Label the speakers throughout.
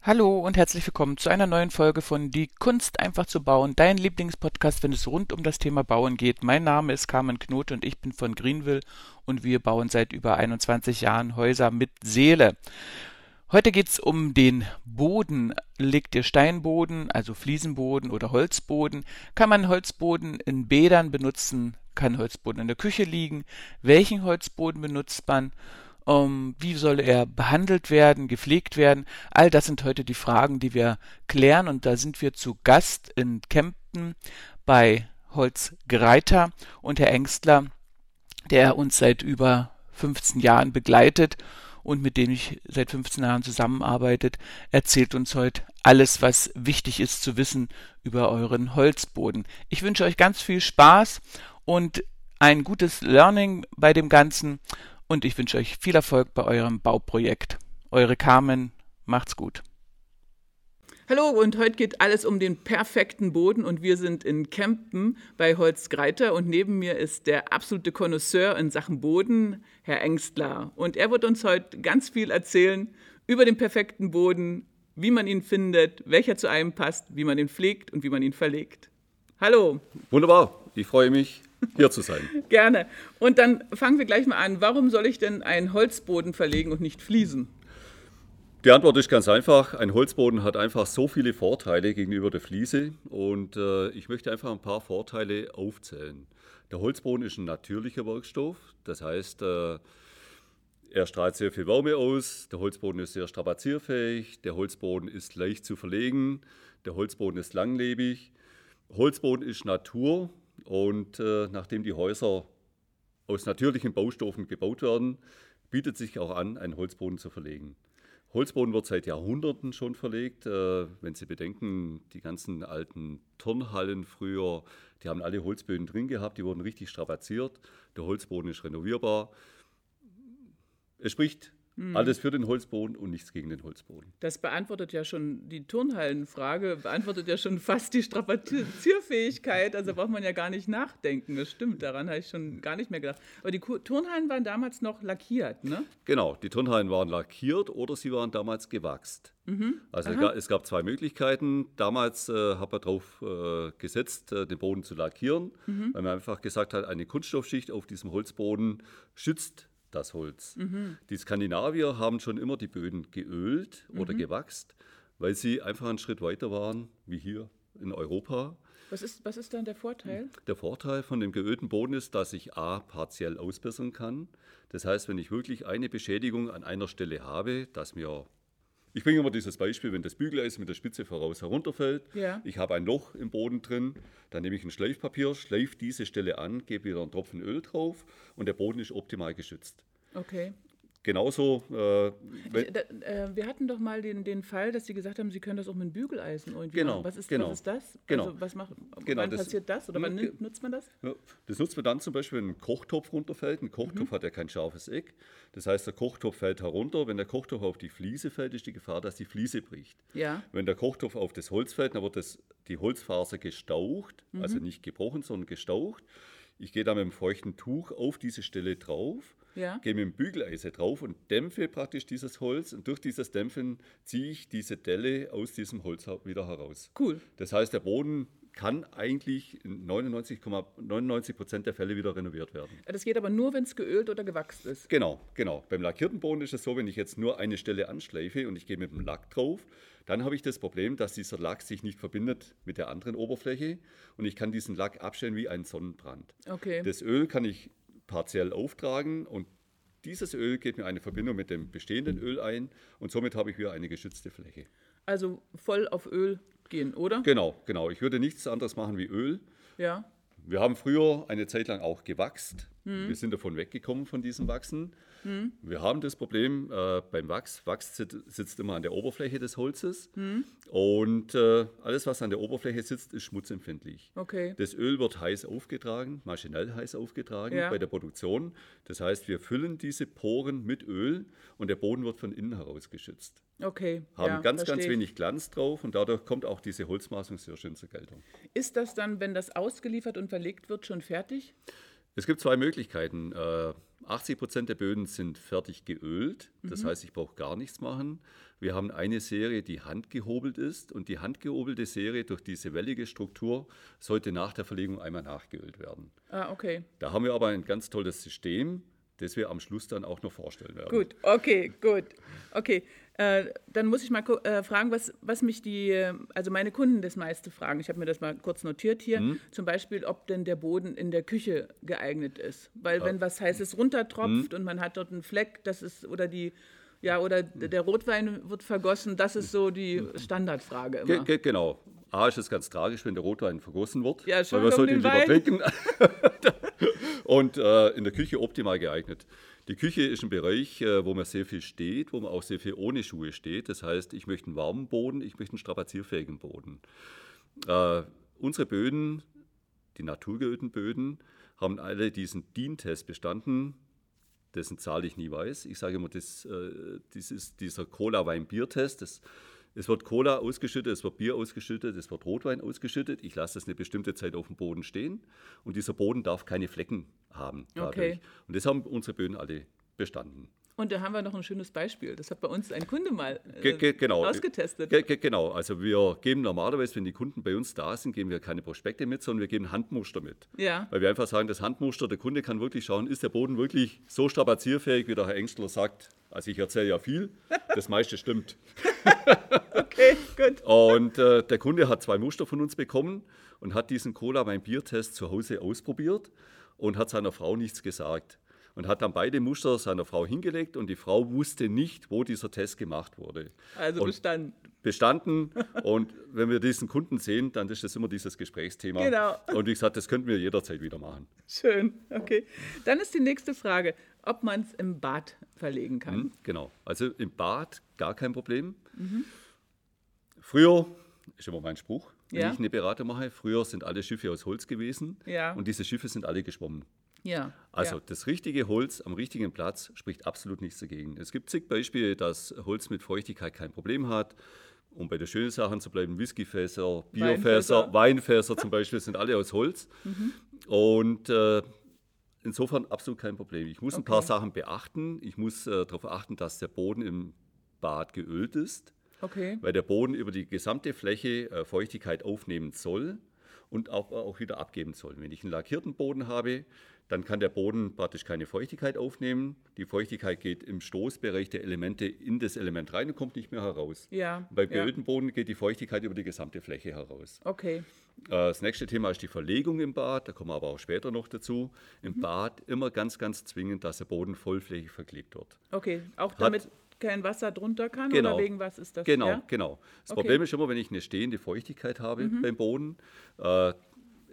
Speaker 1: Hallo und herzlich willkommen zu einer neuen Folge von Die Kunst einfach zu bauen, dein Lieblingspodcast, wenn es rund um das Thema Bauen geht. Mein Name ist Carmen Knote und ich bin von Greenville und wir bauen seit über 21 Jahren Häuser mit Seele. Heute geht's um den Boden. Legt ihr Steinboden, also Fliesenboden oder Holzboden? Kann man Holzboden in Bädern benutzen? Kann Holzboden in der Küche liegen? Welchen Holzboden benutzt man? Ähm, wie soll er behandelt werden, gepflegt werden? All das sind heute die Fragen, die wir klären und da sind wir zu Gast in Kempten bei Holz Greiter und Herr Engstler der uns seit über 15 Jahren begleitet und mit dem ich seit 15 Jahren zusammenarbeitet, erzählt uns heute alles, was wichtig ist zu wissen über euren Holzboden. Ich wünsche euch ganz viel Spaß und ein gutes Learning bei dem Ganzen und ich wünsche euch viel Erfolg bei eurem Bauprojekt. Eure Carmen, macht's gut.
Speaker 2: Hallo und heute geht alles um den perfekten Boden und wir sind in Kempen bei Holz Greiter und neben mir ist der absolute Connoisseur in Sachen Boden, Herr Engstler. Und er wird uns heute ganz viel erzählen über den perfekten Boden, wie man ihn findet, welcher zu einem passt, wie man ihn pflegt und wie man ihn verlegt. Hallo,
Speaker 3: Wunderbar, ich freue mich, hier zu sein.
Speaker 2: gerne. Und dann fangen wir gleich mal an. Warum soll ich denn einen Holzboden verlegen und nicht Fliesen?
Speaker 3: Die Antwort ist ganz einfach. Ein Holzboden hat einfach so viele Vorteile gegenüber der Fliese und äh, ich möchte einfach ein paar Vorteile aufzählen. Der Holzboden ist ein natürlicher Werkstoff, das heißt, äh, er strahlt sehr viel Wärme aus, der Holzboden ist sehr strapazierfähig, der Holzboden ist leicht zu verlegen, der Holzboden ist langlebig. Holzboden ist Natur und äh, nachdem die Häuser aus natürlichen Baustoffen gebaut werden, bietet sich auch an, einen Holzboden zu verlegen. Holzboden wird seit Jahrhunderten schon verlegt. Äh, wenn Sie bedenken, die ganzen alten Turnhallen früher, die haben alle Holzböden drin gehabt, die wurden richtig strapaziert. Der Holzboden ist renovierbar. Es spricht alles für den Holzboden und nichts gegen den Holzboden.
Speaker 2: Das beantwortet ja schon die Turnhallenfrage, beantwortet ja schon fast die Strapazierfähigkeit. Also braucht man ja gar nicht nachdenken. Das stimmt, daran habe ich schon gar nicht mehr gedacht. Aber die Ku- Turnhallen waren damals noch lackiert, ne?
Speaker 3: Genau, die Turnhallen waren lackiert oder sie waren damals gewachst. Also ga- es gab zwei Möglichkeiten. Damals äh, hat man darauf äh, gesetzt, äh, den Boden zu lackieren, weil man einfach gesagt hat, eine Kunststoffschicht auf diesem Holzboden schützt das Holz. Die Skandinavier haben schon immer die Böden geölt oder gewachst, weil sie einfach einen Schritt weiter waren wie hier in Europa.
Speaker 2: Was ist, was ist dann der Vorteil?
Speaker 3: Der Vorteil von dem geölten Boden ist, dass ich A partiell ausbessern kann. Das heißt, wenn ich wirklich eine Beschädigung an einer Stelle habe, dass mir ich bringe immer dieses Beispiel, wenn das Bügeleisen mit der Spitze voraus herunterfällt,
Speaker 2: Ja.
Speaker 3: ich habe ein Loch im Boden drin, dann nehme ich ein Schleifpapier, schleife diese Stelle an, gebe wieder einen Tropfen Öl drauf und der Boden ist optimal geschützt.
Speaker 2: Okay.
Speaker 3: Genauso, äh, wenn,
Speaker 2: Da, äh, wir hatten doch mal den, den Fall, dass Sie gesagt haben, Sie können das auch mit Bügeleisen irgendwie
Speaker 3: Genau,
Speaker 2: machen. Was ist,
Speaker 3: genau,
Speaker 2: was ist das?
Speaker 3: genau.
Speaker 2: Also was macht,
Speaker 3: Genau,
Speaker 2: wann
Speaker 3: das-
Speaker 2: passiert das oder wann
Speaker 3: Ge-
Speaker 2: nimmt- nutzt man das?
Speaker 3: Ja, Das nutzt man dann zum Beispiel, wenn ein Kochtopf runterfällt. Ein
Speaker 2: Mhm.
Speaker 3: Kochtopf hat ja kein scharfes Eck. Das heißt, der Kochtopf fällt herunter. Wenn der Kochtopf auf die Fliese fällt, ist die Gefahr, dass die Fliese bricht.
Speaker 2: Ja.
Speaker 3: Wenn der Kochtopf auf das Holz fällt, dann wird das, die Holzfaser gestaucht,
Speaker 2: Mhm.
Speaker 3: also nicht gebrochen, sondern gestaucht. Ich gehe dann mit einem feuchten Tuch auf diese Stelle drauf,
Speaker 2: Ja.
Speaker 3: gehe mit dem Bügeleisen drauf und dämpfe praktisch dieses Holz. Und durch dieses Dämpfen ziehe ich diese Delle aus diesem Holz hau- wieder heraus.
Speaker 2: Cool.
Speaker 3: Das heißt, der Boden kann eigentlich in 99,99 Prozent der Fälle wieder renoviert werden.
Speaker 2: Das geht aber nur, wenn es geölt oder gewachst ist.
Speaker 3: Genau, genau. Beim lackierten Boden ist es so, wenn ich jetzt nur eine Stelle anschleife und ich gehe mit dem Lack drauf, dann habe ich das Problem, dass dieser Lack sich nicht verbindet mit der anderen Oberfläche und ich kann diesen Lack abstellen wie einen Sonnenbrand.
Speaker 2: Okay.
Speaker 3: Das Öl kann ich partiell auftragen und dieses Öl geht mir eine Verbindung mit dem bestehenden Öl ein und somit habe ich wieder eine geschützte Fläche.
Speaker 2: Also voll auf Öl gehen, oder?
Speaker 3: Genau, genau. Ich würde nichts anderes machen wie Öl.
Speaker 2: Ja.
Speaker 3: Wir haben früher eine Zeit lang auch gewachst.
Speaker 2: Hm.
Speaker 3: Wir sind davon weggekommen von diesem Wachsen. Wir haben das Problem äh, beim Wachs. Wachs sit- sitzt immer an der Oberfläche des Holzes
Speaker 2: Hm.
Speaker 3: und äh, alles, was an der Oberfläche sitzt, ist schmutzempfindlich.
Speaker 2: Okay.
Speaker 3: Das Öl wird heiß aufgetragen, maschinell heiß aufgetragen
Speaker 2: Ja.
Speaker 3: bei der Produktion. Das heißt, wir füllen diese Poren mit Öl und der Boden wird von innen heraus geschützt.
Speaker 2: Okay.
Speaker 3: Haben
Speaker 2: ja,
Speaker 3: ganz,
Speaker 2: verstehe
Speaker 3: ganz
Speaker 2: ich.
Speaker 3: wenig Glanz drauf und dadurch kommt auch diese Holzmaßung sehr schön zur Geltung.
Speaker 2: Ist das dann, wenn das ausgeliefert und verlegt wird, schon fertig?
Speaker 3: Es gibt zwei Möglichkeiten. Äh, 80 Prozent der Böden sind fertig geölt, das heißt, ich brauche gar nichts machen. Wir haben eine Serie, die handgehobelt ist und die handgehobelte Serie durch diese wellige Struktur sollte nach der Verlegung einmal nachgeölt werden.
Speaker 2: Ah, okay.
Speaker 3: Da haben wir aber ein ganz tolles System, das wir am Schluss dann auch noch vorstellen werden.
Speaker 2: Gut, okay, gut. Okay, äh, dann muss ich mal gu- äh, fragen, was, was mich die, äh, also meine Kunden das meiste fragen. Ich habe mir das mal kurz notiert hier.
Speaker 3: Mhm.
Speaker 2: Zum Beispiel, ob denn der Boden in der Küche geeignet ist. Weil
Speaker 3: Ah.
Speaker 2: wenn was Heißes runtertropft
Speaker 3: Mhm.
Speaker 2: und man hat dort einen Fleck, das ist, oder die, ja, oder
Speaker 3: Mhm.
Speaker 2: d- der Rotwein wird vergossen, das ist so die Standardfrage
Speaker 3: Ge
Speaker 2: immer.
Speaker 3: ge genau. A ist es ganz tragisch, wenn der Rotwein vergossen wird,
Speaker 2: Ja,
Speaker 3: weil wir
Speaker 2: Entschuldigung,
Speaker 3: sollten ihn
Speaker 2: den
Speaker 3: lieber trinken. Und äh, in der Küche optimal geeignet. Die Küche ist ein Bereich, äh, wo man sehr viel steht, wo man auch sehr viel ohne Schuhe steht. Das heißt, ich möchte einen warmen Boden, ich möchte einen strapazierfähigen Boden. Äh, unsere Böden, die naturgeölten Böden, haben alle diesen DIN-Test bestanden, dessen Zahl ich nie weiß. Ich sage immer, das, äh, das ist dieser Cola-Wein-Bier-Test. Das- Es wird Cola ausgeschüttet, es wird Bier ausgeschüttet, es wird Rotwein ausgeschüttet. Ich lasse das eine bestimmte Zeit auf dem Boden stehen und dieser Boden darf keine Flecken haben. Dadurch.
Speaker 2: Okay.
Speaker 3: Und das haben unsere Böden alle bestanden.
Speaker 2: Und da haben wir noch ein schönes Beispiel. Das hat bei uns ein Kunde mal äh,
Speaker 3: Ge ge genau.
Speaker 2: ausgetestet.
Speaker 3: Ge ge genau. Also wir geben normalerweise, wenn die Kunden bei uns da sind, geben wir keine Prospekte mit, sondern wir geben Handmuster mit.
Speaker 2: Ja.
Speaker 3: Weil wir einfach sagen, das Handmuster, der Kunde kann wirklich schauen, ist der Boden wirklich so strapazierfähig, wie der Herr Engstler sagt. Also ich erzähle ja viel, das meiste stimmt.
Speaker 2: Okay, gut.
Speaker 3: Und äh, der Kunde hat zwei Muster von uns bekommen und hat diesen Cola beim Biertest zu Hause ausprobiert und hat seiner Frau nichts gesagt. Und hat dann beide Muster seiner Frau hingelegt und die Frau wusste nicht, wo dieser Test gemacht wurde.
Speaker 2: Also
Speaker 3: und
Speaker 2: bestanden.
Speaker 3: bestanden. Und wenn wir diesen Kunden sehen, dann ist das immer dieses Gesprächsthema.
Speaker 2: Genau.
Speaker 3: Und wie gesagt, das könnten wir jederzeit wieder machen.
Speaker 2: Schön, okay. Dann ist die nächste Frage, ob man es im Bad verlegen kann.
Speaker 3: Hm, Genau. Also im Bad gar kein Problem. Früher, ist immer mein Spruch, wenn
Speaker 2: Ja.
Speaker 3: ich eine Beratung mache, früher sind alle Schiffe aus Holz gewesen
Speaker 2: Ja.
Speaker 3: und diese Schiffe sind alle geschwommen.
Speaker 2: Ja.
Speaker 3: Also
Speaker 2: ja.
Speaker 3: das richtige Holz am richtigen Platz spricht absolut nichts dagegen. Es gibt zig Beispiele, dass Holz mit Feuchtigkeit kein Problem hat. Um bei den schönen Sachen zu bleiben, Whiskyfässer, Bierfässer,
Speaker 2: Weinfässer.
Speaker 3: Weinfässer, zum Beispiel sind alle aus Holz. Und äh, insofern absolut kein Problem. Ich muss ein paar Sachen beachten. Ich muss äh, darauf achten, dass der Boden im Bad geölt ist
Speaker 2: Okay.
Speaker 3: weil der Boden über die gesamte Fläche äh, Feuchtigkeit aufnehmen soll und auch, äh, auch wieder abgeben soll. Wenn ich einen lackierten Boden habe, dann kann der Boden praktisch keine Feuchtigkeit aufnehmen. Die Feuchtigkeit geht im Stoßbereich der Elemente in das Element rein und kommt nicht mehr heraus.
Speaker 2: Ja,
Speaker 3: Bei
Speaker 2: ja.
Speaker 3: geölten Boden geht die Feuchtigkeit über die gesamte Fläche heraus.
Speaker 2: Okay.
Speaker 3: Äh, Das nächste Thema ist die Verlegung im Bad, da kommen wir aber auch später noch dazu. Im
Speaker 2: Mhm.
Speaker 3: Bad immer ganz, ganz zwingend, dass der Boden vollflächig verklebt wird.
Speaker 2: Okay. Auch damit kein Wasser drunter kann
Speaker 3: Genau.
Speaker 2: oder wegen was ist das?
Speaker 3: Genau,
Speaker 2: Ja?
Speaker 3: genau.
Speaker 2: Okay.
Speaker 3: Das
Speaker 2: Mhm.
Speaker 3: Problem ist immer, wenn ich eine stehende Feuchtigkeit habe beim Boden, äh,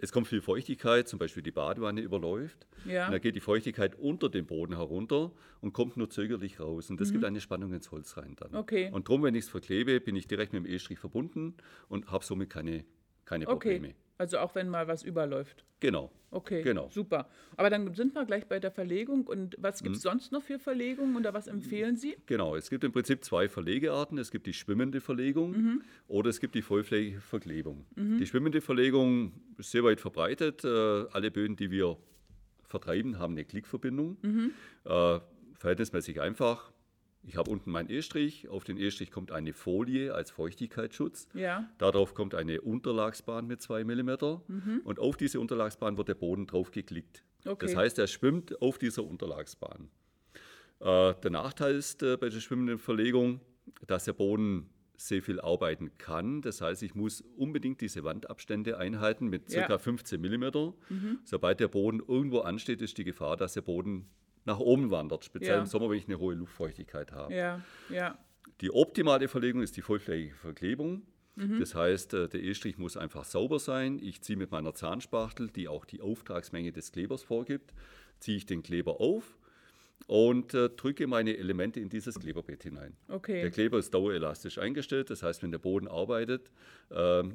Speaker 3: es kommt viel Feuchtigkeit, zum Beispiel die Badewanne überläuft,
Speaker 2: Ja.
Speaker 3: und dann geht die Feuchtigkeit unter den Boden herunter und kommt nur zögerlich raus. Und das gibt eine Spannung ins Holz rein dann.
Speaker 2: Mhm. Okay.
Speaker 3: Und drum, wenn ich es verklebe, bin ich direkt mit dem E-Strich verbunden und habe somit keine, keine
Speaker 2: Okay.
Speaker 3: Probleme.
Speaker 2: Also auch wenn mal was überläuft.
Speaker 3: Genau.
Speaker 2: Okay,
Speaker 3: Genau.
Speaker 2: super. Aber dann sind wir gleich bei der Verlegung. Und was gibt es
Speaker 3: Hm?
Speaker 2: sonst noch für Verlegungen oder was empfehlen Sie?
Speaker 3: Genau, es gibt im Prinzip zwei Verlegearten. Es gibt die schwimmende Verlegung oder es gibt die vollflächige Verklebung. Die schwimmende Verlegung ist sehr weit verbreitet. Äh, alle Böden, die wir vertreiben, haben eine Klickverbindung. Äh, verhältnismäßig einfach. Ich habe unten meinen E-Strich. Auf den E-Strich kommt eine Folie als Feuchtigkeitsschutz.
Speaker 2: Ja.
Speaker 3: Darauf kommt eine Unterlagsbahn mit 2 mm und auf diese Unterlagsbahn wird der Boden drauf geklickt.
Speaker 2: Mhm. Okay.
Speaker 3: Das heißt, er schwimmt auf dieser Unterlagsbahn. Äh, der Nachteil ist äh, bei der schwimmenden Verlegung, dass der Boden sehr viel arbeiten kann. Das heißt, ich muss unbedingt diese Wandabstände einhalten mit ca.
Speaker 2: Ja. Mhm.
Speaker 3: 15 mm. Sobald der Boden irgendwo ansteht, ist die Gefahr, dass der Boden nach oben wandert, speziell
Speaker 2: Ja.
Speaker 3: im Sommer, wenn ich eine hohe Luftfeuchtigkeit habe.
Speaker 2: Ja, ja.
Speaker 3: Die optimale Verlegung ist die vollflächige Verklebung.
Speaker 2: Mhm.
Speaker 3: Das heißt, äh, der E-Strich muss einfach sauber sein. Ich ziehe mit meiner Zahnspachtel, die auch die Auftragsmenge des Klebers vorgibt, ziehe ich den Kleber auf und äh, drücke meine Elemente in dieses Kleberbett hinein.
Speaker 2: Okay.
Speaker 3: Der Kleber ist dauerelastisch eingestellt. Das heißt, wenn der Boden arbeitet, ähm,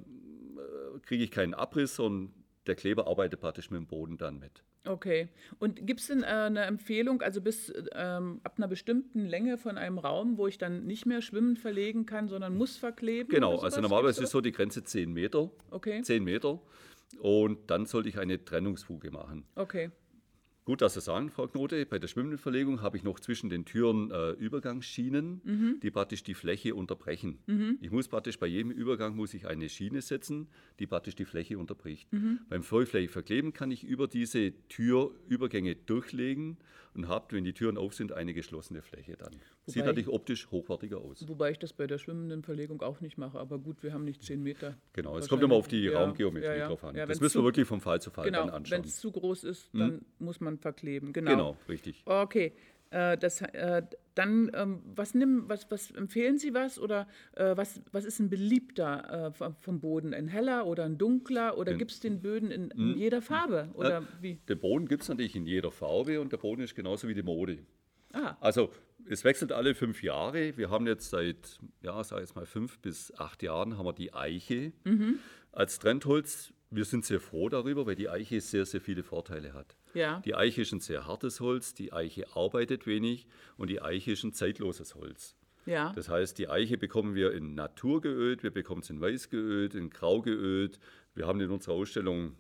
Speaker 3: äh, kriege ich keinen Abriss und der Kleber arbeitet praktisch mit dem Boden dann mit.
Speaker 2: Okay. Und gibt es denn äh, eine Empfehlung, also bis äh, ähm, ab einer bestimmten Länge von einem Raum, wo ich dann nicht mehr schwimmend verlegen kann, sondern muss verkleben?
Speaker 3: Genau,
Speaker 2: oder
Speaker 3: also
Speaker 2: sowas?
Speaker 3: normalerweise
Speaker 2: Gibt's
Speaker 3: ist so die Grenze 10 Meter.
Speaker 2: Okay.
Speaker 3: 10 Meter. Und dann sollte ich eine Trennungsfuge machen.
Speaker 2: sowas? Okay.
Speaker 3: Gut, dass Sie sagen, Frau Knote, bei der schwimmenden Verlegung habe ich noch zwischen den Türen äh, Übergangsschienen,
Speaker 2: Mhm.
Speaker 3: die praktisch die Fläche unterbrechen. Ich muss praktisch bei jedem Übergang muss ich eine Schiene setzen, die praktisch die Fläche unterbricht.
Speaker 2: Mhm.
Speaker 3: Beim vollflächig verkleben kann ich über diese Türübergänge durchlegen und habe, wenn die Türen auf sind, eine geschlossene Fläche dann. Sieht
Speaker 2: Wobei-
Speaker 3: natürlich optisch hochwertiger aus.
Speaker 2: Wobei ich das bei der schwimmenden Verlegung auch nicht mache. Aber gut, wir haben nicht 10 Meter.
Speaker 3: Genau, es kommt immer auf die
Speaker 2: Wahrscheinlich, ja,
Speaker 3: Raumgeometrie
Speaker 2: ja, ja.
Speaker 3: drauf an.
Speaker 2: Ja,
Speaker 3: das
Speaker 2: wenn's
Speaker 3: müssen wir
Speaker 2: zu-
Speaker 3: wirklich vom Fall zu Fall dann
Speaker 2: Genau, wenn
Speaker 3: anschauen. Hm?
Speaker 2: es zu groß ist, dann muss man verkleben. Genau.
Speaker 3: Genau, richtig.
Speaker 2: Okay. Äh, das, äh, dann, ähm, was, nimm, was, was empfehlen Sie was? Oder äh, was, was ist ein beliebter äh, vom- vom Boden? Ein heller oder ein dunkler? Oder gibt es den Böden in, in jeder Farbe?
Speaker 3: äh,
Speaker 2: Oder wie?
Speaker 3: Den Boden gibt es natürlich in jeder Farbe und der Boden ist genauso wie die Mode.
Speaker 2: Ah,
Speaker 3: Also es wechselt alle fünf Jahre. Wir haben jetzt seit, ja, sag ich jetzt mal fünf bis acht Jahren haben wir die Eiche
Speaker 2: Mhm.
Speaker 3: als Trendholz. Wir sind sehr froh darüber, weil die Eiche sehr, sehr viele Vorteile hat.
Speaker 2: ja.
Speaker 3: Die Eiche ist ein sehr hartes Holz, die Eiche arbeitet wenig und die Eiche ist ein zeitloses Holz.
Speaker 2: ja.
Speaker 3: Das heißt, die Eiche bekommen wir in Natur geölt, wir bekommen es in Weiß geölt, in Grau geölt. Wir haben in unserer Ausstellung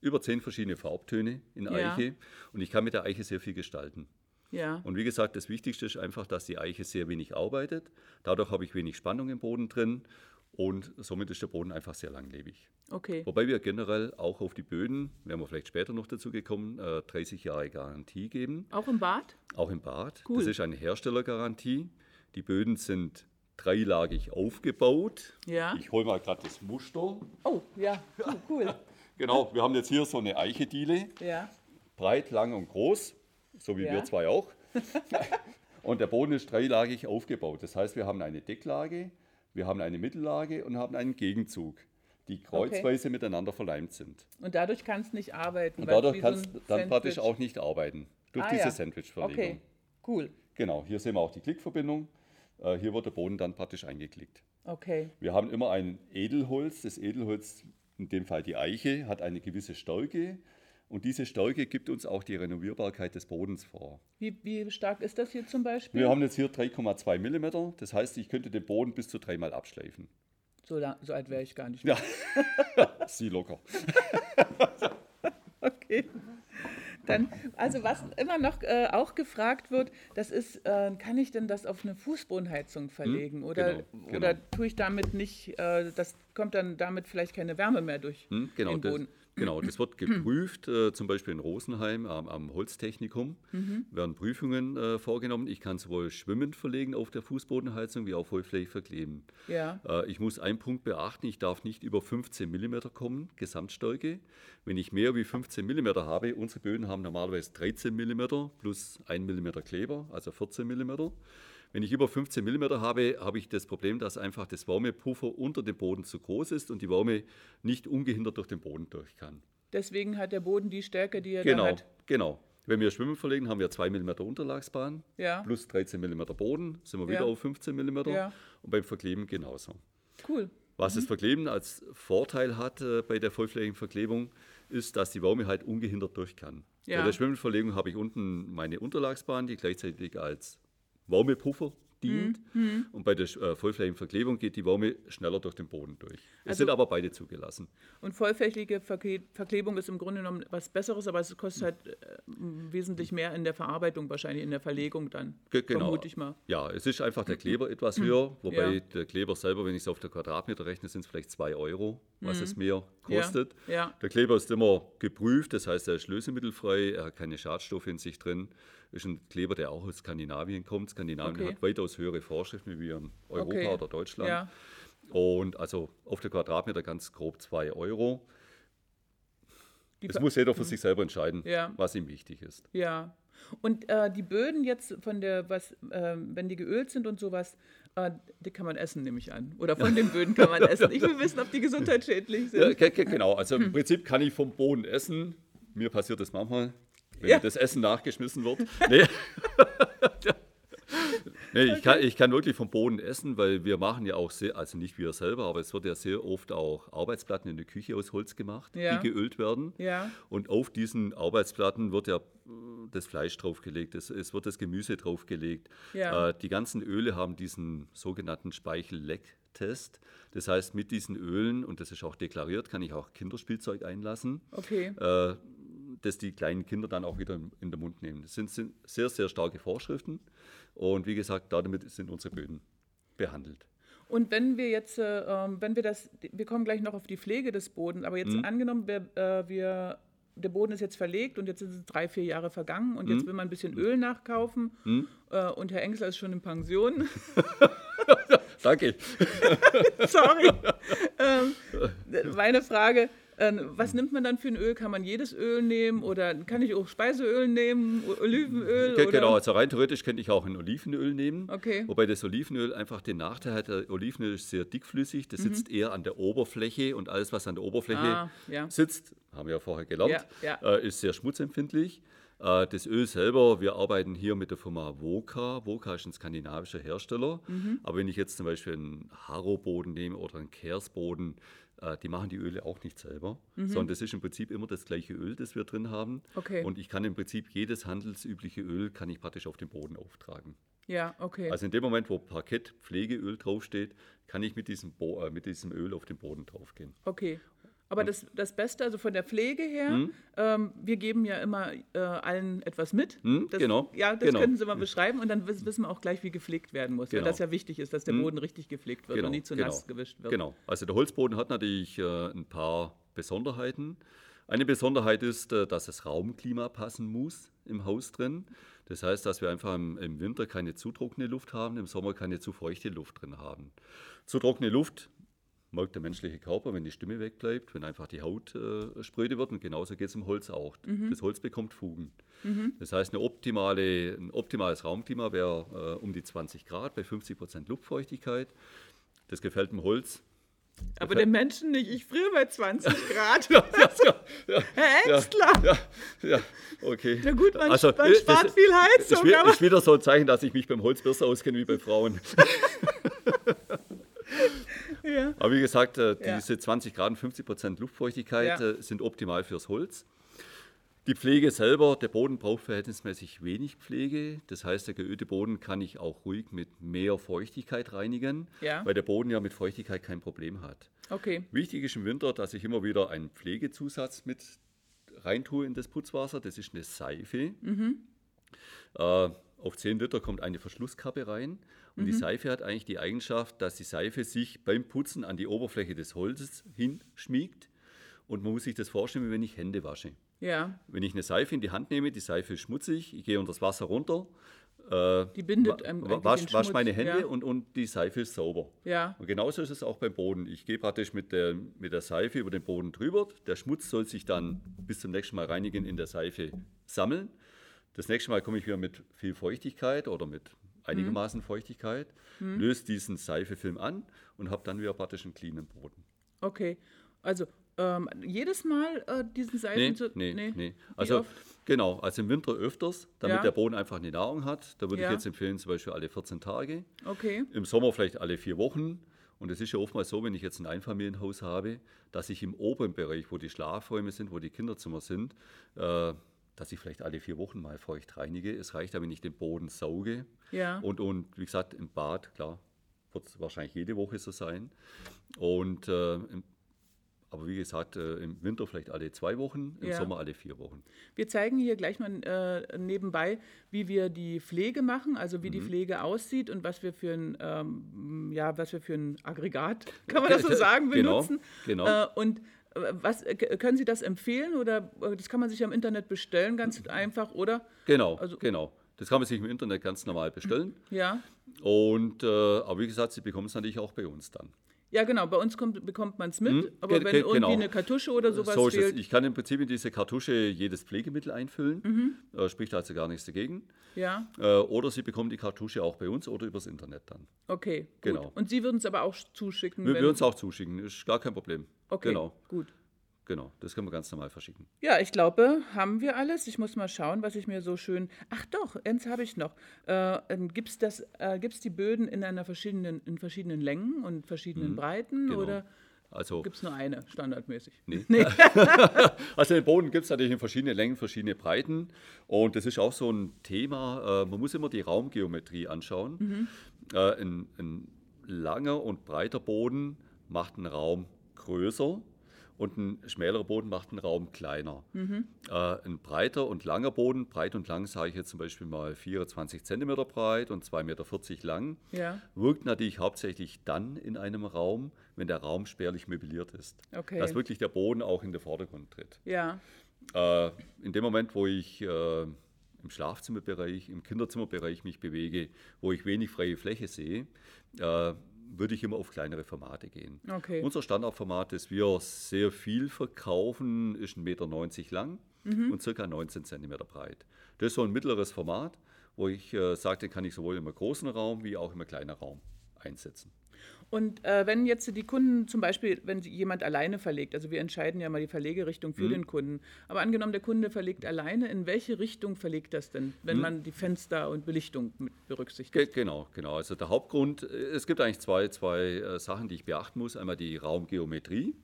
Speaker 3: über zehn verschiedene Farbtöne in
Speaker 2: Ja.
Speaker 3: Eiche und ich kann mit der Eiche sehr viel gestalten.
Speaker 2: ja.
Speaker 3: Und wie gesagt, das Wichtigste ist einfach, dass die Eiche sehr wenig arbeitet. Dadurch habe ich wenig Spannung im Boden drin und somit ist der Boden einfach sehr langlebig.
Speaker 2: Okay.
Speaker 3: Wobei wir generell auch auf die Böden, werden wir vielleicht später noch dazu gekommen, äh, 30 Jahre Garantie geben,
Speaker 2: Auch im Bad?
Speaker 3: auch im Bad.
Speaker 2: Cool.
Speaker 3: Das ist eine Herstellergarantie. Die Böden sind dreilagig aufgebaut.
Speaker 2: Ja.
Speaker 3: Ich hole mal gerade das Muster.
Speaker 2: Oh, ja. Oh, cool.
Speaker 3: Genau, wir haben jetzt hier so eine Eichediele.
Speaker 2: Ja.
Speaker 3: breit, lang und groß, so wie
Speaker 2: Ja.
Speaker 3: wir zwei auch. und der Boden ist dreilagig aufgebaut. Das heißt, wir haben eine Decklage, wir haben eine Mittellage und haben einen Gegenzug, die kreuzweise miteinander verleimt sind.
Speaker 2: Und dadurch kann es nicht arbeiten.
Speaker 3: Und
Speaker 2: weil's
Speaker 3: dadurch
Speaker 2: wie
Speaker 3: kannst
Speaker 2: ein
Speaker 3: du dann praktisch
Speaker 2: Sandwich-
Speaker 3: auch nicht arbeiten, durch
Speaker 2: Ah,
Speaker 3: diese
Speaker 2: ja.
Speaker 3: Sandwich-Verlegung.
Speaker 2: Okay, cool.
Speaker 3: Genau, hier sehen wir auch die Klickverbindung. Äh, Hier wird der Boden dann praktisch eingeklickt.
Speaker 2: Okay.
Speaker 3: Wir haben immer ein Edelholz. Das Edelholz, in dem Fall die Eiche, hat eine gewisse Stärke. Und diese Stärke gibt uns auch die Renovierbarkeit des Bodens vor.
Speaker 2: Wie, wie stark ist das hier zum Beispiel?
Speaker 3: Wir haben jetzt hier 3,2 Millimeter. Das heißt, ich könnte den Boden bis zu dreimal abschleifen.
Speaker 2: so, la- so alt wäre ich gar nicht.
Speaker 3: Ja, sie locker.
Speaker 2: Okay. Dann, also was immer noch äh, auch gefragt wird, das ist, äh, kann ich denn das auf eine Fußbodenheizung verlegen oder,
Speaker 3: Hm? genau, genau.
Speaker 2: oder tue ich damit nicht, äh, das kommt dann damit vielleicht keine Wärme mehr durch
Speaker 3: Hm, Genau,
Speaker 2: den
Speaker 3: das,
Speaker 2: Boden.
Speaker 3: genau, das wird geprüft, äh, zum Beispiel in Rosenheim am, am Holztechnikum
Speaker 2: Mhm.
Speaker 3: werden Prüfungen äh, vorgenommen. Ich kann sowohl schwimmend verlegen auf der Fußbodenheizung wie auch vollflächig verkleben.
Speaker 2: Ja.
Speaker 3: Äh, ich muss einen Punkt beachten, ich darf nicht über 15 mm kommen, Gesamtstärke. Wenn ich mehr wie 15 mm habe, unsere Böden haben normalerweise 13 mm plus 1 mm Kleber, also 14 mm. Wenn ich über 15 mm habe, habe ich das Problem, dass einfach das Wärmepuffer unter dem Boden zu groß ist und die Wärme nicht ungehindert durch den Boden durch kann.
Speaker 2: Deswegen hat der Boden die Stärke, die er da
Speaker 3: Genau,
Speaker 2: hat.
Speaker 3: genau. Wenn wir Schwimmen verlegen, haben wir 2 mm Unterlagsbahn
Speaker 2: Ja.
Speaker 3: plus 13 mm Boden, sind wir wieder
Speaker 2: Ja.
Speaker 3: auf 15 mm
Speaker 2: Ja.
Speaker 3: und beim Verkleben genauso.
Speaker 2: Cool.
Speaker 3: Was das Verkleben als Vorteil hat äh, bei der vollflächigen Verklebung, ist, dass die Wärme halt ungehindert durch kann.
Speaker 2: Ja.
Speaker 3: Bei der Schwimmverlegung habe ich unten meine Unterlagsbahn, die gleichzeitig als Wärmepuffer dient.
Speaker 2: Mhm.
Speaker 3: Und bei der Sch- äh, vollflächigen Verklebung geht die Wärme schneller durch den Boden durch. Es
Speaker 2: Also-
Speaker 3: sind aber beide zugelassen.
Speaker 2: Und vollflächige Verkle Verklebung ist im Grunde genommen was Besseres, aber es kostet halt äh, wesentlich mehr in der Verarbeitung wahrscheinlich, in der Verlegung dann,
Speaker 3: Ge- genau.
Speaker 2: vermute ich mal. Mhm.
Speaker 3: Ja, es ist einfach der Kleber etwas höher, wobei
Speaker 2: Ja.
Speaker 3: der Kleber selber, wenn ich es auf der Quadratmeter rechne, sind es vielleicht 2 Euro, was es mehr kostet.
Speaker 2: Mhm. ja.
Speaker 3: Der Kleber ist immer geprüft, das heißt, er ist lösemittelfrei, er hat keine Schadstoffe in sich drin. Ist ein Kleber, der auch aus Skandinavien kommt. Skandinavien
Speaker 2: Okay.
Speaker 3: hat weitaus höhere Vorschriften wie wir in Europa
Speaker 2: Okay.
Speaker 3: oder Deutschland.
Speaker 2: Ja.
Speaker 3: Und also auf der Quadratmeter ganz grob 2 Euro.
Speaker 2: Die
Speaker 3: Das
Speaker 2: Ver- Mhm.
Speaker 3: muss jeder für sich selber entscheiden,
Speaker 2: Ja.
Speaker 3: was ihm wichtig ist.
Speaker 2: Ja. Und äh, die Böden jetzt von der, was, ähm, wenn die geölt sind und sowas, äh, die kann man essen, nehme ich an. Oder von den Böden kann man essen. Ich will wissen, ob die gesundheitsschädlich sind. Hm.
Speaker 3: Ja, ge- ge- genau, also im Prinzip kann ich vom Boden essen. Mir passiert das manchmal, wenn
Speaker 2: Ja.
Speaker 3: mir das Essen nachgeschmissen wird. Nee. Nee, ich, kann, ich kann wirklich vom Boden essen, weil wir machen ja auch sehr, also nicht wir selber, aber es wird ja sehr oft auch Arbeitsplatten in der Küche aus Holz gemacht,
Speaker 2: Ja.
Speaker 3: die geölt werden.
Speaker 2: Ja.
Speaker 3: Und auf diesen Arbeitsplatten wird ja äh, das Fleisch draufgelegt, es, es wird das Gemüse draufgelegt.
Speaker 2: Ja.
Speaker 3: Äh, die ganzen Öle haben diesen sogenannten Speichellecktest. Das heißt, mit diesen Ölen, und das ist auch deklariert, kann ich auch Kinderspielzeug einlassen.
Speaker 2: Okay.
Speaker 3: Äh, das die kleinen Kinder dann auch wieder in, in den Mund nehmen. Das sind, sind sehr, sehr starke Vorschriften und wie gesagt, damit sind unsere Böden behandelt.
Speaker 2: Und wenn wir jetzt, äh, wenn wir das, wir kommen gleich noch auf die Pflege des Bodens, aber jetzt angenommen, wir, äh, wir, der Boden ist jetzt verlegt und jetzt sind es drei, vier Jahre vergangen und jetzt will man ein bisschen Öl nachkaufen äh, und Herr Engsler ist schon in Pension.
Speaker 3: Danke.
Speaker 2: Sorry. ähm, meine Frage, ähm, was nimmt man dann für ein Öl? Kann man jedes Öl nehmen oder kann ich auch Speiseöl nehmen, O- Olivenöl?
Speaker 3: Ge-
Speaker 2: oder?
Speaker 3: Genau, also rein theoretisch könnte ich auch ein Olivenöl nehmen.
Speaker 2: Okay.
Speaker 3: Wobei das Olivenöl einfach den Nachteil hat, äh, Olivenöl ist sehr dickflüssig, das sitzt eher an der Oberfläche und alles, was an der Oberfläche
Speaker 2: Mhm. Ah, ja.
Speaker 3: sitzt, haben wir ja vorher gelernt,
Speaker 2: Ja,
Speaker 3: Äh, ist sehr schmutzempfindlich. Äh, das Öl selber, wir arbeiten hier mit der Firma Woka. Woka ist ein skandinavischer Hersteller. Aber wenn ich jetzt zum Beispiel einen Harroboden nehme oder einen Kersboden, äh, die machen die Öle auch nicht selber, sondern das ist im Prinzip immer das gleiche Öl, das wir drin haben.
Speaker 2: Okay.
Speaker 3: Und ich kann im Prinzip jedes handelsübliche Öl kann ich praktisch auf den Boden auftragen.
Speaker 2: Ja, okay.
Speaker 3: Also in dem Moment, wo Parkett Pflegeöl draufsteht, kann ich mit diesem, Bo äh, mit diesem Öl auf den Boden draufgehen.
Speaker 2: Okay. Aber das, das Beste, also von der Pflege her,
Speaker 3: Mhm.
Speaker 2: ähm, wir geben ja immer äh, allen etwas mit.
Speaker 3: Hm,
Speaker 2: das,
Speaker 3: genau,
Speaker 2: Ja, das
Speaker 3: genau.
Speaker 2: könnten Sie mal beschreiben und dann wiss- wissen wir auch gleich, wie gepflegt werden muss,
Speaker 3: Genau.
Speaker 2: weil das ja wichtig ist, dass der Boden richtig gepflegt wird und nicht zu nass gewischt wird.
Speaker 3: Genau. Also der Holzboden hat natürlich äh, ein paar Besonderheiten. Eine Besonderheit ist, äh, dass das Raumklima passen muss im Haus drin. Das heißt, dass wir einfach im, im Winter keine zu trockene Luft haben, im Sommer keine zu feuchte Luft drin haben. Zu trockene Luft merkt der menschliche Körper, wenn die Stimme wegbleibt, wenn einfach die Haut äh, spröde wird. Und genauso geht es im Holz auch.
Speaker 2: Mhm.
Speaker 3: Das Holz bekommt Fugen. Das heißt, eine optimale, ein optimales Raumklima wäre äh, um die 20 Grad bei 50 Prozent Luftfeuchtigkeit. Das gefällt dem Holz.
Speaker 2: Aber den Menschen nicht. Ich friere bei 20 Grad.
Speaker 3: ja,
Speaker 2: Herr Ätzler!
Speaker 3: ja, ja, okay.
Speaker 2: Na gut, man, man
Speaker 3: äh,
Speaker 2: spart
Speaker 3: das,
Speaker 2: viel
Speaker 3: Das ist,
Speaker 2: Heizung,
Speaker 3: wi-
Speaker 2: aber
Speaker 3: ist wieder so ein Zeichen, dass ich mich beim Holz besser auskenne wie bei Frauen.
Speaker 2: ja.
Speaker 3: Aber wie gesagt, äh,
Speaker 2: Ja.
Speaker 3: diese 20 Grad und 50 Prozent Luftfeuchtigkeit
Speaker 2: Ja.
Speaker 3: äh, sind optimal fürs Holz. Die Pflege selber, der Boden braucht verhältnismäßig wenig Pflege. Das heißt, der geölte Boden kann ich auch ruhig mit mehr Feuchtigkeit reinigen,
Speaker 2: Ja.
Speaker 3: weil der Boden ja mit Feuchtigkeit kein Problem hat.
Speaker 2: Okay.
Speaker 3: Wichtig ist im Winter, dass ich immer wieder einen Pflegezusatz mit reintue in das Putzwasser. Das ist eine Seife.
Speaker 2: Mhm.
Speaker 3: Äh, auf 10 Liter kommt eine Verschlusskappe rein. Und
Speaker 2: Mhm.
Speaker 3: die Seife hat eigentlich die Eigenschaft, dass die Seife sich beim Putzen an die Oberfläche des Holzes hinschmiegt. Und man muss sich das vorstellen, wie wenn ich Hände wasche.
Speaker 2: Ja,
Speaker 3: Wenn ich eine Seife in die Hand nehme, die Seife ist schmutzig, ich gehe unter das Wasser runter, äh,
Speaker 2: die bindet einem
Speaker 3: wa-
Speaker 2: eigentlich den
Speaker 3: wasch, wasch
Speaker 2: Schmutz.
Speaker 3: meine Hände
Speaker 2: ja.
Speaker 3: und, und die Seife ist sauber.
Speaker 2: Ja,
Speaker 3: Und genauso ist es auch beim Boden. Ich gehe praktisch mit der, mit der Seife über den Boden drüber. Der Schmutz soll sich dann bis zum nächsten Mal reinigen in der Seife sammeln. Das nächste Mal komme ich wieder mit viel Feuchtigkeit oder mit einigermaßen
Speaker 2: Mhm.
Speaker 3: Feuchtigkeit, löse diesen Seifefilm an und habe dann wieder praktisch einen cleanen Boden.
Speaker 2: okay. Also ähm, jedes Mal äh, diesen Seifen
Speaker 3: Nee,
Speaker 2: zu.
Speaker 3: nee, nee.
Speaker 2: Wie
Speaker 3: Also
Speaker 2: oft?
Speaker 3: genau, also im Winter öfters, damit
Speaker 2: Ja.
Speaker 3: der Boden einfach eine Nahrung hat. Da würde
Speaker 2: Ja.
Speaker 3: ich jetzt empfehlen, zum Beispiel alle 14 Tage.
Speaker 2: Okay.
Speaker 3: Im Sommer vielleicht alle vier Wochen. Und es ist ja oftmals so, wenn ich jetzt ein Einfamilienhaus habe, dass ich im oberen Bereich, wo die Schlafräume sind, wo die Kinderzimmer sind, äh, dass ich vielleicht alle vier Wochen mal feucht reinige. Es reicht aber, wenn ich den Boden sauge.
Speaker 2: Ja.
Speaker 3: Und, und wie gesagt, im Bad, klar, wird es wahrscheinlich jede Woche so sein. Und, äh, im, aber wie gesagt, äh, im Winter vielleicht alle zwei Wochen, im
Speaker 2: Ja.
Speaker 3: Sommer alle vier Wochen.
Speaker 2: Wir zeigen hier gleich mal äh, nebenbei, wie wir die Pflege machen, also wie
Speaker 3: Mhm.
Speaker 2: die Pflege aussieht und was wir für ein, ähm, ja, was wir für ein Aggregat, kann man das so sagen,
Speaker 3: Äh, Genau,
Speaker 2: benutzen.
Speaker 3: genau.
Speaker 2: Äh, und äh, was, äh, können Sie das empfehlen oder äh, das kann man sich ja im Internet bestellen,
Speaker 3: Mhm.
Speaker 2: ganz einfach, oder?
Speaker 3: Genau,
Speaker 2: Also-
Speaker 3: genau. Das kann man sich im Internet ganz normal bestellen.
Speaker 2: Ja.
Speaker 3: Und, äh, aber wie gesagt, Sie bekommen es natürlich auch bei uns dann.
Speaker 2: Ja, genau, bei uns kommt, bekommt man es mit, aber
Speaker 3: ge-
Speaker 2: wenn
Speaker 3: ge-
Speaker 2: irgendwie
Speaker 3: genau.
Speaker 2: eine Kartusche oder sowas
Speaker 3: so ist es.
Speaker 2: fehlt.
Speaker 3: Ich kann im Prinzip in diese Kartusche jedes Pflegemittel einfüllen,
Speaker 2: Mhm.
Speaker 3: äh, spricht also gar nichts dagegen.
Speaker 2: Ja,
Speaker 3: Äh, oder Sie bekommen die Kartusche auch bei uns oder übers Internet dann.
Speaker 2: okay. Gut.
Speaker 3: Genau.
Speaker 2: Und Sie würden es aber auch zuschicken.
Speaker 3: Wir
Speaker 2: wenn-
Speaker 3: würden es auch zuschicken, ist gar kein Problem.
Speaker 2: Okay,
Speaker 3: Genau,
Speaker 2: gut.
Speaker 3: genau. Das können wir ganz normal verschicken.
Speaker 2: Ja, ich glaube, haben wir alles. Ich muss mal schauen, was ich mir so schön. Ach doch, eins habe ich noch. Äh, Gibt es das, äh, gibt's die Böden in einer verschiedenen, in verschiedenen Längen und verschiedenen Breiten
Speaker 3: Genau.
Speaker 2: oder
Speaker 3: Also,
Speaker 2: gibt es nur eine standardmäßig?
Speaker 3: Nee. also den Boden gibt es natürlich in verschiedene Längen, verschiedene Breiten. Und das ist auch so ein Thema. Äh, man muss immer die Raumgeometrie anschauen.
Speaker 2: Mhm.
Speaker 3: Äh, ein, ein langer und breiter Boden macht einen Raum größer. und ein schmälerer Boden macht einen Raum kleiner.
Speaker 2: Mhm.
Speaker 3: Äh, ein breiter und langer Boden, breit und lang sage ich jetzt zum Beispiel mal 24 cm breit und 2,40 Meter lang,
Speaker 2: Ja.
Speaker 3: wirkt natürlich hauptsächlich dann in einem Raum, wenn der Raum spärlich möbliert ist.
Speaker 2: Okay.
Speaker 3: Dass wirklich der Boden auch in den Vordergrund tritt.
Speaker 2: Ja.
Speaker 3: Äh, in dem Moment, wo ich äh, im Schlafzimmerbereich, im Kinderzimmerbereich mich bewege, wo ich wenig freie Fläche sehe, äh, würde ich immer auf kleinere Formate gehen.
Speaker 2: Okay.
Speaker 3: Unser Standardformat, das wir sehr viel verkaufen, ist 1,90 Meter lang und circa 19 Zentimeter breit. Das ist so ein mittleres Format, wo ich äh, sage, den kann ich sowohl im großen Raum wie auch im kleinen Raum einsetzen.
Speaker 2: Und äh, wenn jetzt die Kunden zum Beispiel, wenn jemand alleine verlegt, also wir entscheiden ja mal die Verlegerichtung
Speaker 3: Mhm.
Speaker 2: für den Kunden, aber angenommen, der Kunde verlegt alleine, in welche Richtung verlegt das denn, wenn
Speaker 3: Mhm.
Speaker 2: man die Fenster und Belichtung mit berücksichtigt?
Speaker 3: Ge genau, genau. Also der Hauptgrund, äh, es gibt eigentlich zwei, zwei äh, Sachen, die ich beachten muss. Einmal die Raumgeometrie.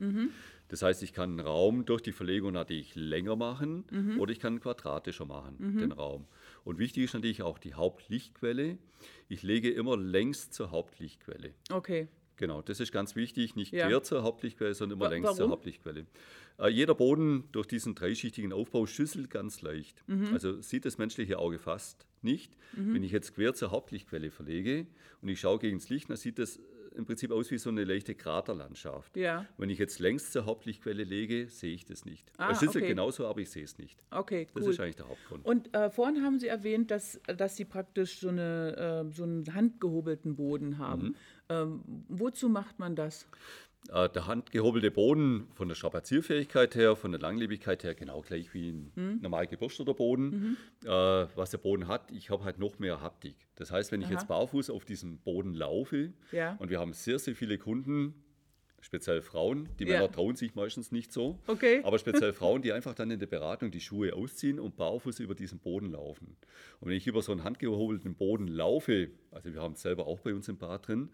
Speaker 3: Das heißt, ich kann einen Raum durch die Verlegung natürlich länger machen oder ich kann ihn quadratischer machen, den Raum. Und wichtig ist natürlich auch die Hauptlichtquelle. Ich lege immer längs zur Hauptlichtquelle.
Speaker 2: Okay,
Speaker 3: Genau, das ist ganz wichtig. Nicht
Speaker 2: Ja.
Speaker 3: quer zur Hauptlichtquelle, sondern immer
Speaker 2: Wa-
Speaker 3: längs zur
Speaker 2: warum?
Speaker 3: Hauptlichtquelle. Äh, jeder Boden durch diesen dreischichtigen Aufbau schüsselt ganz leicht.
Speaker 2: Mhm.
Speaker 3: Also sieht das menschliche Auge fast nicht. Wenn ich jetzt quer zur Hauptlichtquelle verlege und ich schaue gegen das Licht, dann sieht das im Prinzip aus wie so eine leichte Kraterlandschaft.
Speaker 2: Ja.
Speaker 3: Wenn ich jetzt längs zur Hauptlichtquelle lege, sehe ich das nicht. Also
Speaker 2: Ah,
Speaker 3: es schüsselt
Speaker 2: okay.
Speaker 3: genauso, aber ich sehe es nicht.
Speaker 2: okay, cool.
Speaker 3: Das ist eigentlich der Hauptgrund.
Speaker 2: Und äh, vorhin haben Sie erwähnt, dass, dass Sie praktisch so, eine, äh, so einen handgehobelten Boden
Speaker 3: Mhm.
Speaker 2: haben. Ähm, wozu macht man das?
Speaker 3: Äh, Der handgehobelte Boden von der Strapazierfähigkeit her, von der Langlebigkeit her, genau gleich wie ein
Speaker 2: Mhm.
Speaker 3: normal gebürsteter Boden. Äh, was der Boden hat, ich habe halt noch mehr Haptik. Das heißt, wenn ich
Speaker 2: Aha.
Speaker 3: jetzt barfuß auf diesem Boden laufe,
Speaker 2: Ja.
Speaker 3: und wir haben sehr, sehr viele Kunden, speziell Frauen, die
Speaker 2: Ja.
Speaker 3: Männer trauen sich meistens nicht so,
Speaker 2: Okay.
Speaker 3: aber speziell Frauen, die einfach dann in der Beratung die Schuhe ausziehen und barfuß über diesen Boden laufen. Und wenn ich über so einen handgehobelten Boden laufe, also wir haben es selber auch bei uns im Bad drin,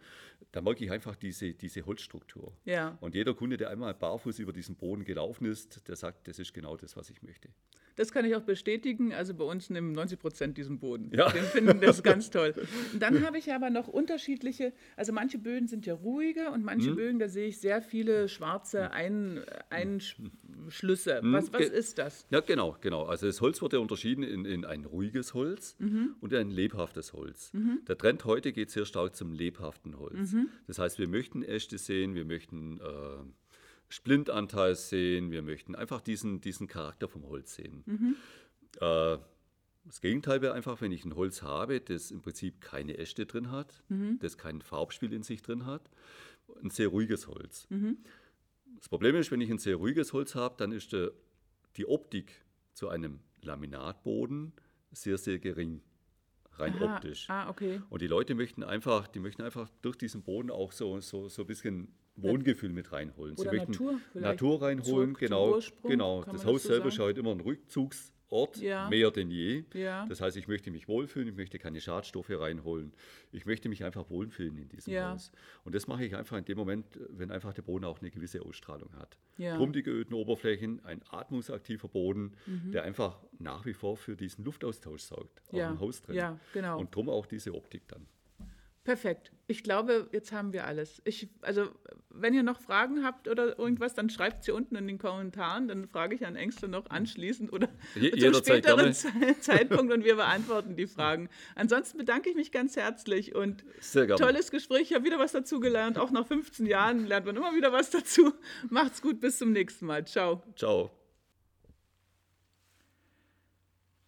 Speaker 3: dann merke ich einfach diese, diese Holzstruktur.
Speaker 2: Ja.
Speaker 3: Und jeder Kunde, der einmal barfuß über diesen Boden gelaufen ist, der sagt, das ist genau das, was ich möchte.
Speaker 2: Das kann ich auch bestätigen. Also bei uns nehmen 90 Prozent diesen Boden.
Speaker 3: Ja.
Speaker 2: Wir finden das ganz toll. Und dann habe ich aber noch unterschiedliche, also manche Böden sind ja ruhiger und manche
Speaker 3: Mhm.
Speaker 2: Böden, da sehe ich sehr viele schwarze Ein, Einschlüsse. Was, was
Speaker 3: Mhm. Ge-
Speaker 2: ist das?
Speaker 3: Ja, genau, genau. Also das Holz wird ja unterschieden in, in ein ruhiges Holz und ein lebhaftes Holz. Der Trend heute geht sehr stark zum lebhaften Holz. Das heißt, wir möchten Äste sehen, wir möchten äh, Splintanteil sehen, wir möchten einfach diesen, diesen Charakter vom Holz sehen. Äh, das Gegenteil wäre einfach, wenn ich ein Holz habe, das im Prinzip keine Äste drin hat, das kein Farbspiel in sich drin hat, ein sehr ruhiges Holz. Das Problem ist, wenn ich ein sehr ruhiges Holz habe, dann ist der, die Optik zu einem Laminatboden sehr, sehr gering, rein
Speaker 2: Aha.
Speaker 3: optisch.
Speaker 2: Ah, okay.
Speaker 3: Und die Leute möchten einfach, die möchten einfach durch diesen Boden auch so, so, so ein bisschen Wohngefühl mit reinholen.
Speaker 2: Oder
Speaker 3: Sie möchten
Speaker 2: Natur vielleicht.
Speaker 3: Natur reinholen,
Speaker 2: Zurück zum
Speaker 3: genau.
Speaker 2: Ursprung,
Speaker 3: genau.
Speaker 2: kann
Speaker 3: Das
Speaker 2: man das
Speaker 3: Haus
Speaker 2: so
Speaker 3: selber
Speaker 2: sagen?
Speaker 3: ist heute immer ein Rückzugsort,
Speaker 2: Ja.
Speaker 3: mehr denn je.
Speaker 2: Ja.
Speaker 3: Das heißt, ich möchte mich wohlfühlen, ich möchte keine Schadstoffe reinholen. Ich möchte mich einfach wohlfühlen in diesem
Speaker 2: Ja.
Speaker 3: Haus. Und das mache ich einfach in dem Moment, wenn einfach der Boden auch eine gewisse Ausstrahlung hat.
Speaker 2: Ja.
Speaker 3: Drum die geölten Oberflächen, ein atmungsaktiver Boden,
Speaker 2: Mhm.
Speaker 3: der einfach nach wie vor für diesen Luftaustausch sorgt, auch
Speaker 2: Ja.
Speaker 3: im Haus drin.
Speaker 2: Ja, genau.
Speaker 3: Und drum auch diese Optik dann.
Speaker 2: Perfekt. Ich glaube, jetzt haben wir alles. Ich, also, wenn ihr noch Fragen habt oder irgendwas, dann schreibt sie unten in den Kommentaren. Dann frage ich Herrn Engste noch anschließend oder
Speaker 3: Je-
Speaker 2: zum
Speaker 3: jederzeit
Speaker 2: späteren
Speaker 3: gerne.
Speaker 2: Ze- Zeitpunkt und wir beantworten die Fragen. Ansonsten bedanke ich mich ganz herzlich und
Speaker 3: Sehr gerne.
Speaker 2: tolles Gespräch. Ich habe wieder was dazugelernt. Auch nach 15 Jahren lernt man immer wieder was dazu. Macht's gut, bis zum nächsten Mal. Ciao.
Speaker 3: Ciao.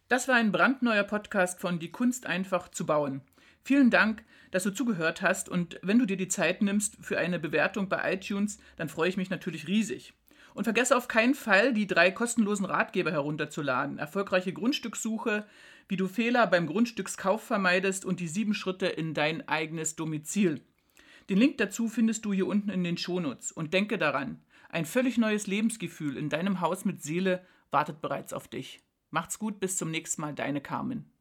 Speaker 2: Das war ein brandneuer Podcast von Die Kunst einfach zu bauen. Vielen Dank, dass du zugehört hast und wenn du dir die Zeit nimmst für eine Bewertung bei iTunes, dann freue ich mich natürlich riesig. Und vergesse auf keinen Fall, die drei kostenlosen Ratgeber herunterzuladen. Erfolgreiche Grundstückssuche, wie du Fehler beim Grundstückskauf vermeidest und die sieben Schritte in dein eigenes Domizil. Den Link dazu findest du hier unten in den Shownotes. Und denke daran, ein völlig neues Lebensgefühl in deinem Haus mit Seele wartet bereits auf dich. Macht's gut, bis zum nächsten Mal, deine Carmen.